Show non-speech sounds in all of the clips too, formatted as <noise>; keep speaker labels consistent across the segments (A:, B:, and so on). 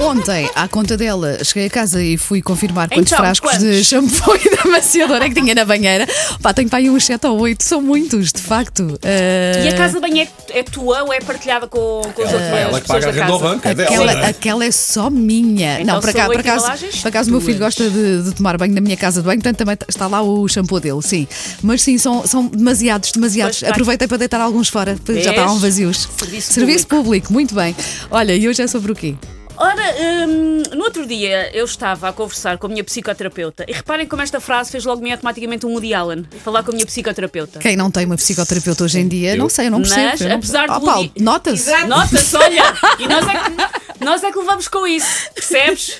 A: Ontem, à conta dela, cheguei a casa e fui confirmar quantos
B: Então,
A: frascos de
B: quantos?
A: shampoo e de amaciador é que tinha na banheira. Pá, tenho para aí uns 7 ou 8, são muitos, de facto. Ah,
B: E a casa de banho é, é tua ou é partilhada com, com os outros
C: Ela, Ah. ela que
B: pessoas
C: paga a
B: da casa?
C: renda ao banco, é dela.
A: Aquela,
C: não é?
A: aquela é só minha.
B: Então
A: não, para
B: são
A: cá,
B: oito
A: por acaso,
B: embalagens?
A: por acaso o meu filho gosta de, de tomar banho na minha casa de banho, portanto também está lá o shampoo dele, sim. Mas sim, são, são demasiados, demasiados.
B: Pois, vai.
A: Aproveitei para deitar alguns fora, porque já
B: Vês?
A: estavam vazios.
B: Serviço
A: público. muito bem. Olha, e hoje é sobre o quê?
B: Ora, hum, no outro dia eu estava a conversar com a minha psicoterapeuta e reparem como esta frase fez logo-me automaticamente um Woody Allen, falar com a minha psicoterapeuta.
A: Quem não tem uma psicoterapeuta hoje em dia,
C: Eu.
A: não sei, eu não percebo.
B: Mas,
A: eu não...
B: apesar
A: oh,
B: do
A: Paulo,
B: Woody-
A: nota-se.
B: Nota-se, olha! E nós é, que, nós é que levamos com isso, percebes?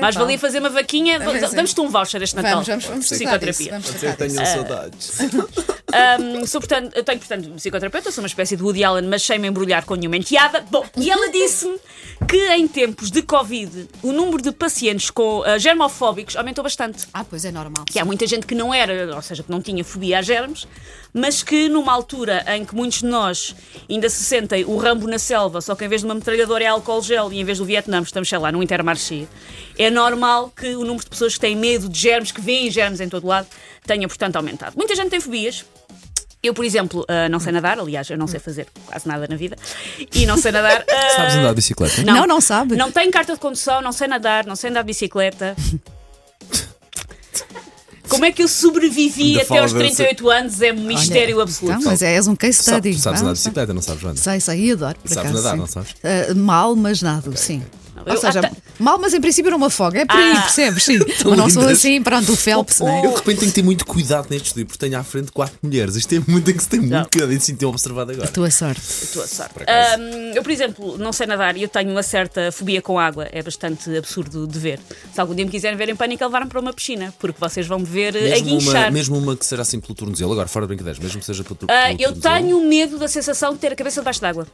B: Mas valia fazer uma vaquinha.
A: Pois é.
B: Damos-te um voucher este Natal.
A: Vamos, vamos, vamos tratar
B: Psicoterapia.
A: disso. Vamos
C: Eu
A: tratar disso.
C: tenho
B: Ah.
C: saudades.
B: Hum, sou, portanto, eu tenho, portanto, um psicoterapeuta, sou uma espécie de Woody Allen, mas sem me embrulhar com nenhuma enteada. Bom, e ela disse-me que em tempos de Covid o número de pacientes com ah, germofóbicos aumentou bastante.
A: Ah, pois é normal.
C: um
B: Que há muita gente que não era, ou seja, que não tinha fobia a germes, mas que numa altura em que muitos de nós ainda se sentem o rambo na selva, só que em vez de uma metralhadora é álcool gel e em vez do Vietnã estamos, sei lá, num intermarché, é normal que o número de pessoas que têm medo de germes, que veem germes em todo lado, tenha, portanto, aumentado. Muita gente tem fobias, eu, por exemplo, ah, não sei nadar, aliás, eu não sei fazer quase nada na vida e não sei nadar. ah,
C: Sabes andar de bicicleta?
A: Não, não sabe.
B: Não tenho carta de condução, não sei nadar, não sei andar de bicicleta. Como é que eu sobrevivi
C: Ainda
B: até aos
C: fala desse-
B: 38 anos é um mistério absoluto.
A: Então, mas é, és um case
C: Sabe-
A: study.
C: tu sabes andar de
A: Vamos,
C: bicicleta, não sabes, Joana?
A: Sei, sei, e adoro, por
C: Sabes
A: acaso.
C: nadar,
A: sim.
C: não sabes?
A: Ah, mal, mas nado, sim. Ou
B: Eu-
A: seja,
B: até-
A: mal, mas em princípio não me afoga. É por aí,
B: Ah.
A: percebes?
C: <laughs>
A: Sim. mas não sou
C: lindas. Oh,
A: assim, pronto, o Phelps, não
C: Eu
A: é?
C: de repente tenho que ter muito cuidado neste estudo, porque tenho à frente quatro mulheres. Isto é muito, tem que se ter muito cuidado. Isso sim, tenho observado agora.
A: Tua é sorte.
B: a tua sorte.
C: acaso.
B: Ahm, eu, por exemplo, não sei nadar e eu tenho uma certa fobia com água. É bastante absurdo de ver. Se algum dia me quiserem ver em pânico, levaram-me para uma piscina, porque vocês vão me ver eh, a
C: Mesmo uma,
B: guinchar.
C: mesmo uma que seja assim pelo tornozelo, agora fora de brincadeiras, mesmo que seja pelo, pelo
B: Ah, eu
C: tornozelo.
B: tenho medo da sensação de ter a cabeça debaixo d'água.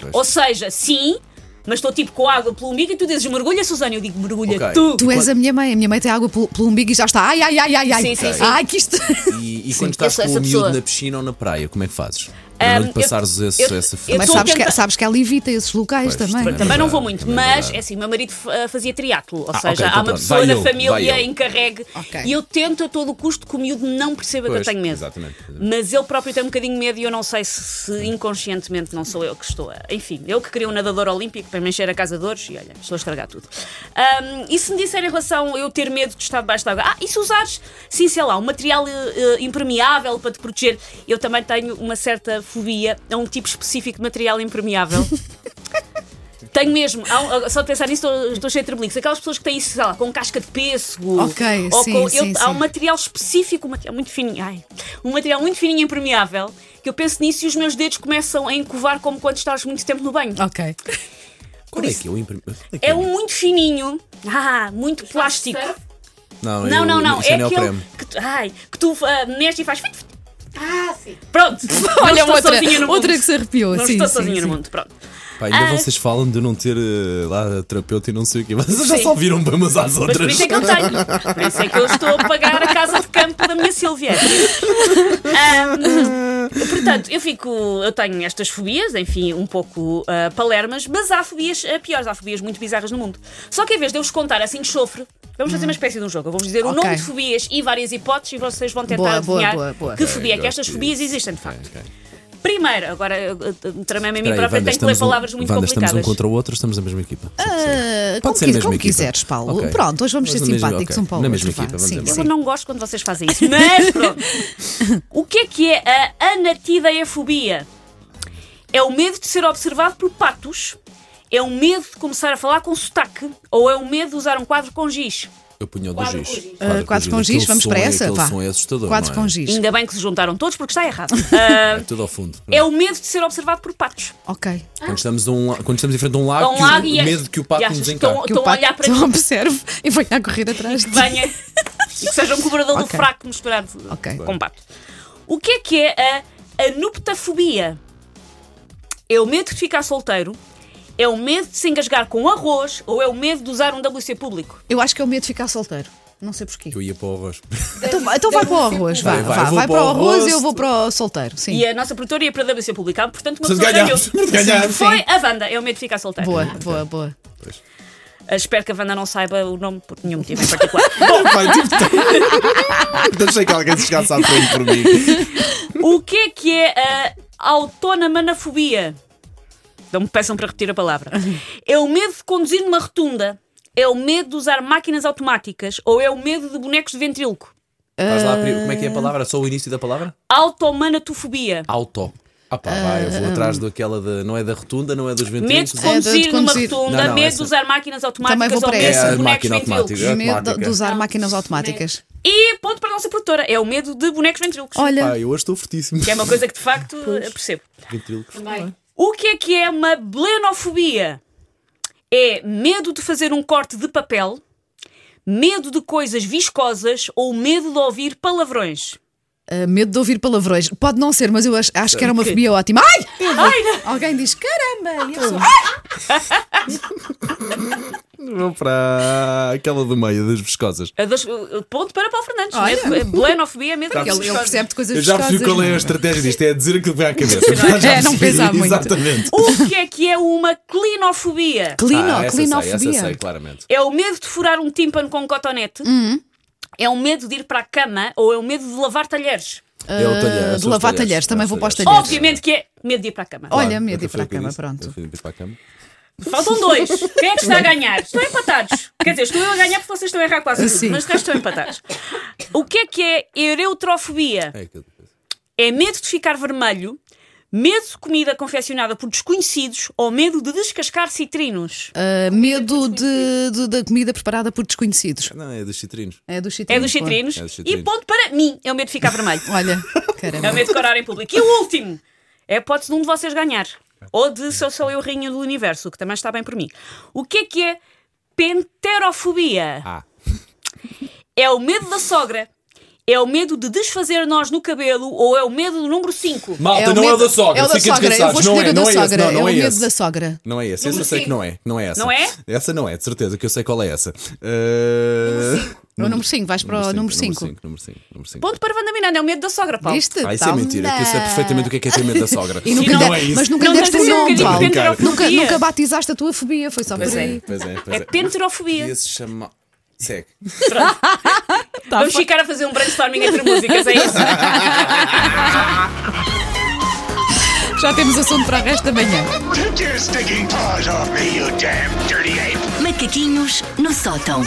C: Pois.
B: Ou seja, sim, mas estou tipo com água pelo umbigo e tu dizes mergulha, Susana. Eu digo mergulha
C: Ok.
B: tu.
A: Tu és a minha mãe, a minha mãe tem água pelo, pelo umbigo e já está. Ai, ai, ai, ai, ai.
B: Sim, sim, sim.
A: Ai, que isto.
C: E, e quando
B: eu
C: estás
B: sou
C: com
B: essa
C: o miúdo
B: pessoa. Ah,
C: na piscina ou na praia, como é que fazes? Para não
B: eu-
C: lhe passares esse,
B: eu-
C: essa
B: eu
A: Mas
B: tô-
A: sabes que, é-
B: tenta-
A: sabes que ela evita esses locais
C: Pois,
A: também.
C: É
B: Também não
C: verdade,
B: vou muito,
C: também é
B: mas
C: verdade.
B: é assim, o meu marido ah, fazia triatlo, ou
C: Ah,
B: seja,
C: ok,
B: há
C: então
B: uma
C: pronto.
B: pessoa
C: Vai
B: na
C: ele, vai
B: família
C: ele.
B: encarregue
A: Ok.
B: e eu tento a todo o custo que o miúdo não perceba
C: Pois,
B: que eu tenho medo.
C: exatamente.
B: Mas ele próprio tem um bocadinho medo e eu não sei se, se inconscientemente não sou eu que estou a. Enfim, eu que queria um nadador olímpico para me encher a casa de ouros e olha, estou a estragar tudo. Ahm, e se me disserem em relação a eu ter medo de estar debaixo de água, ah, e se usares, sim, sei lá, um material eh, eh, impermeável para te proteger, eu também tenho uma certa fobia a um tipo específico de material impermeável. Tenho mesmo, Há um- só de pensar nisso estou, estou cheio de tremeliques. Aquelas pessoas que têm isso, sei lá, com casca de pêssego.
A: Ok, sim,
B: com-
A: sim,
B: Há
A: sim.
B: um material específico, um material muito fininho, ai, um material muito fininho e impermeável, que eu penso nisso e os meus dedos começam a encovar como quando estás muito tempo no banho.
A: é? Ok.
C: Qual é que eu imprimi?
B: É um muito fininho, <laughs> ah, muito plástico.
C: Não,
B: Não,
C: eu-
B: não, não,
C: isso
B: é
C: é neoprene.
B: aquele que tu, ai, que tu ah, mexes e faz... fit, fit. Pronto, <laughs>
A: Olha,
B: não estou
A: outra,
B: sozinha no
A: outra
B: mundo.
A: que se arrepiou.
B: Não
A: sim,
B: estou
A: sim,
B: sozinha
A: sim.
B: no mundo, pronto.
C: Pá, ainda
B: Ah.
C: vocês falam de eu não ter eh, lá terapeuta e não sei o quê. <laughs> Vocês já
B: Sim.
C: só viram bem umas às
B: Mas
C: outras.
B: por isso é que eu tenho. Por isso é que eu estou a pagar a casa de campo da minha Silvia. Ahm, portanto, eu fico. Eu tenho estas fobias, enfim, um pouco ah, palermas, mas há fobias ah, piores, há fobias muito bizarras no mundo. Só que em vez de eu vos contar assim de chofre, vamos fazer uma espécie de um jogo. Eu vou-vos dizer o
A: Hum. Ok.
B: nome de fobias e várias hipóteses e vocês vão tentar
A: Boa, boa,
B: adivinhar
A: boa, boa.
B: que fobia é
C: gosto
B: que estas
C: disso.
B: fobias existem, de facto.
C: Ok, ok.
B: Primeiro, agora eu, eu, eu tramei-me a mim
C: Espera aí,
B: própria, tenho
C: Wanda,
B: que ler
C: estamos um-
B: palavras muito
C: Wanda,
B: complicadas.
C: estamos um contra o outro, estamos na mesma equipa.
A: Ah,
C: Pode
A: como quis-
C: ser a mesma
A: como
C: equipa.
A: quiseres, Paulo.
C: Ok.
A: Pronto, hoje vamos
C: Mas
A: ser
C: na mesma-
A: simpáticos
C: ok,
A: um pouco.
C: na mesma equipa, vamos embora.
B: Eu não gosto quando vocês fazem isso,
A: <laughs>
B: mas pronto. O que é que é a anatideiafobia? É o medo de ser observado por patos? É o medo de começar a falar com sotaque? Ou é o medo de usar um quadro com giz?
C: Eu punho o do giz.
A: Ah, Quadro com giz,
C: Aquele
A: vamos
C: som
A: para
C: é-
A: essa.
C: aquele
A: vá.
C: som é assustador.
A: Quadro
C: não é?
A: com giz.
B: Ainda bem que se juntaram todos porque
A: <laughs>
B: está errado. Ah,
C: É tudo ao fundo.
B: é o medo de ser observado por patos.
A: Ok.
C: Quando estamos, a um, la- quando estamos em frente a um lago,
B: A um
C: que o-
B: lago e
C: o
B: é-
C: medo que o
B: e
C: pato
B: achas
C: nos
B: que
C: encare.
A: Que
B: Estão
A: o
B: a
A: pato
B: olhar para
A: te
B: ti.
A: observe e venha a correr atrás de ti.
B: Venha.
A: <laughs>
B: e que seja um cobrador do
A: Ok.
B: fraco misturado
A: Ok.
B: com pato. O que é que é a anuptafobia? É o medo de ficar solteiro? É o medo de se engasgar com arroz? Ou é o medo de usar um WC público?
A: Eu acho que é o medo de ficar solteiro. Não sei porquê.
C: Eu ia para o arroz.
B: Ah.
A: Então, vai- então vai para o arroz, vá,
C: Vai, vai,
A: vá,
C: eu vou
A: vai
C: para
A: para o
C: o
A: arroz e eu
C: rosto.
A: vou para o solteiro. Sim.
B: E a nossa produtora ia para a WC publicar, portanto, uma
C: Portanto,
B: pessoa ganhou.
C: ganhámos. Portanto, ganhámos.
B: Foi a Wanda, é o medo de ficar solteira.
A: Boa, boa, boa.
C: Pois.
B: Ah, espero que a Wanda não saiba o nome por nenhum motivo em particular.
A: <laughs>
C: Não, pá, tipo, Deixei que alguém se chegasse à
D: <laughs>
C: frente por mim.
B: o que é que é a autonamanafobia? Não me peçam para repetir a palavra. É o medo de conduzir numa rotunda? É o medo de usar máquinas automáticas? Ou é o medo de bonecos de ventríloco?
C: Mas lá, como é que é a palavra? Só o início da palavra?
B: Automanatofobia.
C: Auto. Ah pá, vai, eu vou atrás daquela da. Não é da rotunda, não é dos
B: Medo de
C: ventrílocos.
A: É, de- de
B: conduzir numa
A: conduzir.
B: rotunda,
C: Não, não,
B: medo de
C: essa-
B: usar máquinas automáticas
A: vou
B: ou
A: para
B: medo
A: essa.
B: de
A: É,
B: bonecos
C: máquina
B: ventrílocos.
C: automática.
A: Medo de,
C: Automática.
A: de usar máquinas automáticas.
B: E ponto para a nossa produtora, é o medo de bonecos ventrílocos.
A: Olha,
C: Pá, eu hoje estou fortíssimo.
B: Que é uma coisa que de facto eu percebo.
C: Ventrílocos.
E: Também.
B: O que é que é uma blenofobia? É medo de fazer um corte de papel, medo de coisas viscosas ou medo de ouvir palavrões.
A: ah, medo de ouvir palavrões. Pode não ser, mas eu acho, acho que era uma
B: Ok.
A: fobia ótima. Ai!
B: Ai, não.
A: Alguém diz: caramba! E a pessoa,
C: Vou para aquela do meio das viscosas.
B: A das- uh, Ponto para Paulo Fernandes.
A: Olha.
B: Medo- eh, Blenofobia é medo de
A: "Ah!" ele, ele
B: viscosas.
A: percebe de coisas
C: Eu já percebi
A: viscosas,
C: qual é
A: não
C: a estratégia disto, é dizer aquilo que vem
A: <laughs>
C: à cabeça. Já
A: É, não
C: percebi,
A: pensar muito.
C: Exatamente.
B: O que é que é uma clinofobia?
A: Clino,
C: Ah, essa sei,
A: clinofobia.
C: Essa sei, claramente.
B: É o medo de furar um tímpano com um cotonete?
A: Uhum.
B: É o medo de ir para a cama ou é o medo de lavar talheres?
C: É o talher,
A: Ah, de
C: são os
A: lavar talheres, também vou
C: são os
A: para os talheres.
B: Obviamente que é medo de ir para a cama.
A: Olha,
C: Claro,
A: medo de ir
C: até
A: para
C: foi
A: a
C: o que eu
A: cama,
C: disse.
A: pronto.
C: Eu fui para a cama.
B: Faltam dois. Quem é que está a ganhar? Estão empatados. Quer dizer, estou eu a ganhar porque vocês estão a errar quase tudo,
A: Sim.
B: mas de resto estão empatados. O que é que é ereutrofobia?
C: É aquilo que eu disse.
B: É medo de ficar vermelho, medo de comida confeccionada por desconhecidos ou medo de descascar citrinos?
A: Ah, medo de, de- da comida preparada por desconhecidos.
C: Não, é dos citrinos.
A: É dos citrinos.
B: É dos
A: claro.
B: citrinos.
C: É dos
B: E
C: citrinos.
B: ponto para mim. É o medo de ficar vermelho.
A: Olha,
B: É o
A: caramba.
B: medo de corar em público. E o último é a hipótese de um de vocês ganhar. Ou de se eu sou eu rainha do universo, que também está bem por mim. O que é que é penterofobia?
C: Ah.
B: É o medo da sogra? É o medo de desfazer nós no cabelo? Ou é o medo do número 5?
C: Malta,
A: o
C: não é o
A: medo-
C: da sogra.
A: É o da
C: fiquem
A: sogra. Eu vou
C: descansados. Não
A: escolher
C: é,
A: o da
C: não é esse.
A: sogra.
C: Não, não
A: é o medo
C: esse.
A: da sogra.
C: Não é esse, esse eu sei que não é. Não é essa.
B: Não é?
C: Essa não é, de certeza que eu sei qual é essa. Uh...
A: É o número 5, vais para o número 5.
C: 5. Número 5. Número 5.
B: Ponto para Vanda Miranda, é o medo da sogra,
A: <laughs>
B: Paulo.
A: Viste?
C: Ah, isso é
A: Tal.
C: mentira, que eu sei perfeitamente o que é que é ter medo da sogra.
A: Tá <laughs> E nunca
B: não
A: der-
C: é isso.
A: Mas nunca
B: Não
A: deste
B: tens
A: o
B: assim um
A: nome,
B: bocadinho
A: Paulo.
B: de
A: Nunca,
B: penterofobia.
A: nunca batizaste a tua fobia, foi só
C: Pois
A: por
C: é,
A: aí.
C: pois é, pois
B: É
C: é.
B: penterofobia.
C: Podia se chamar. Segue.
B: Vamos ficar a fazer um brainstorming entre músicas, é isso?
A: Já temos assunto para o resto da manhã.
D: Take your stinking paws off me, you damn dirty ape!
E: Macaquinhos no sótão.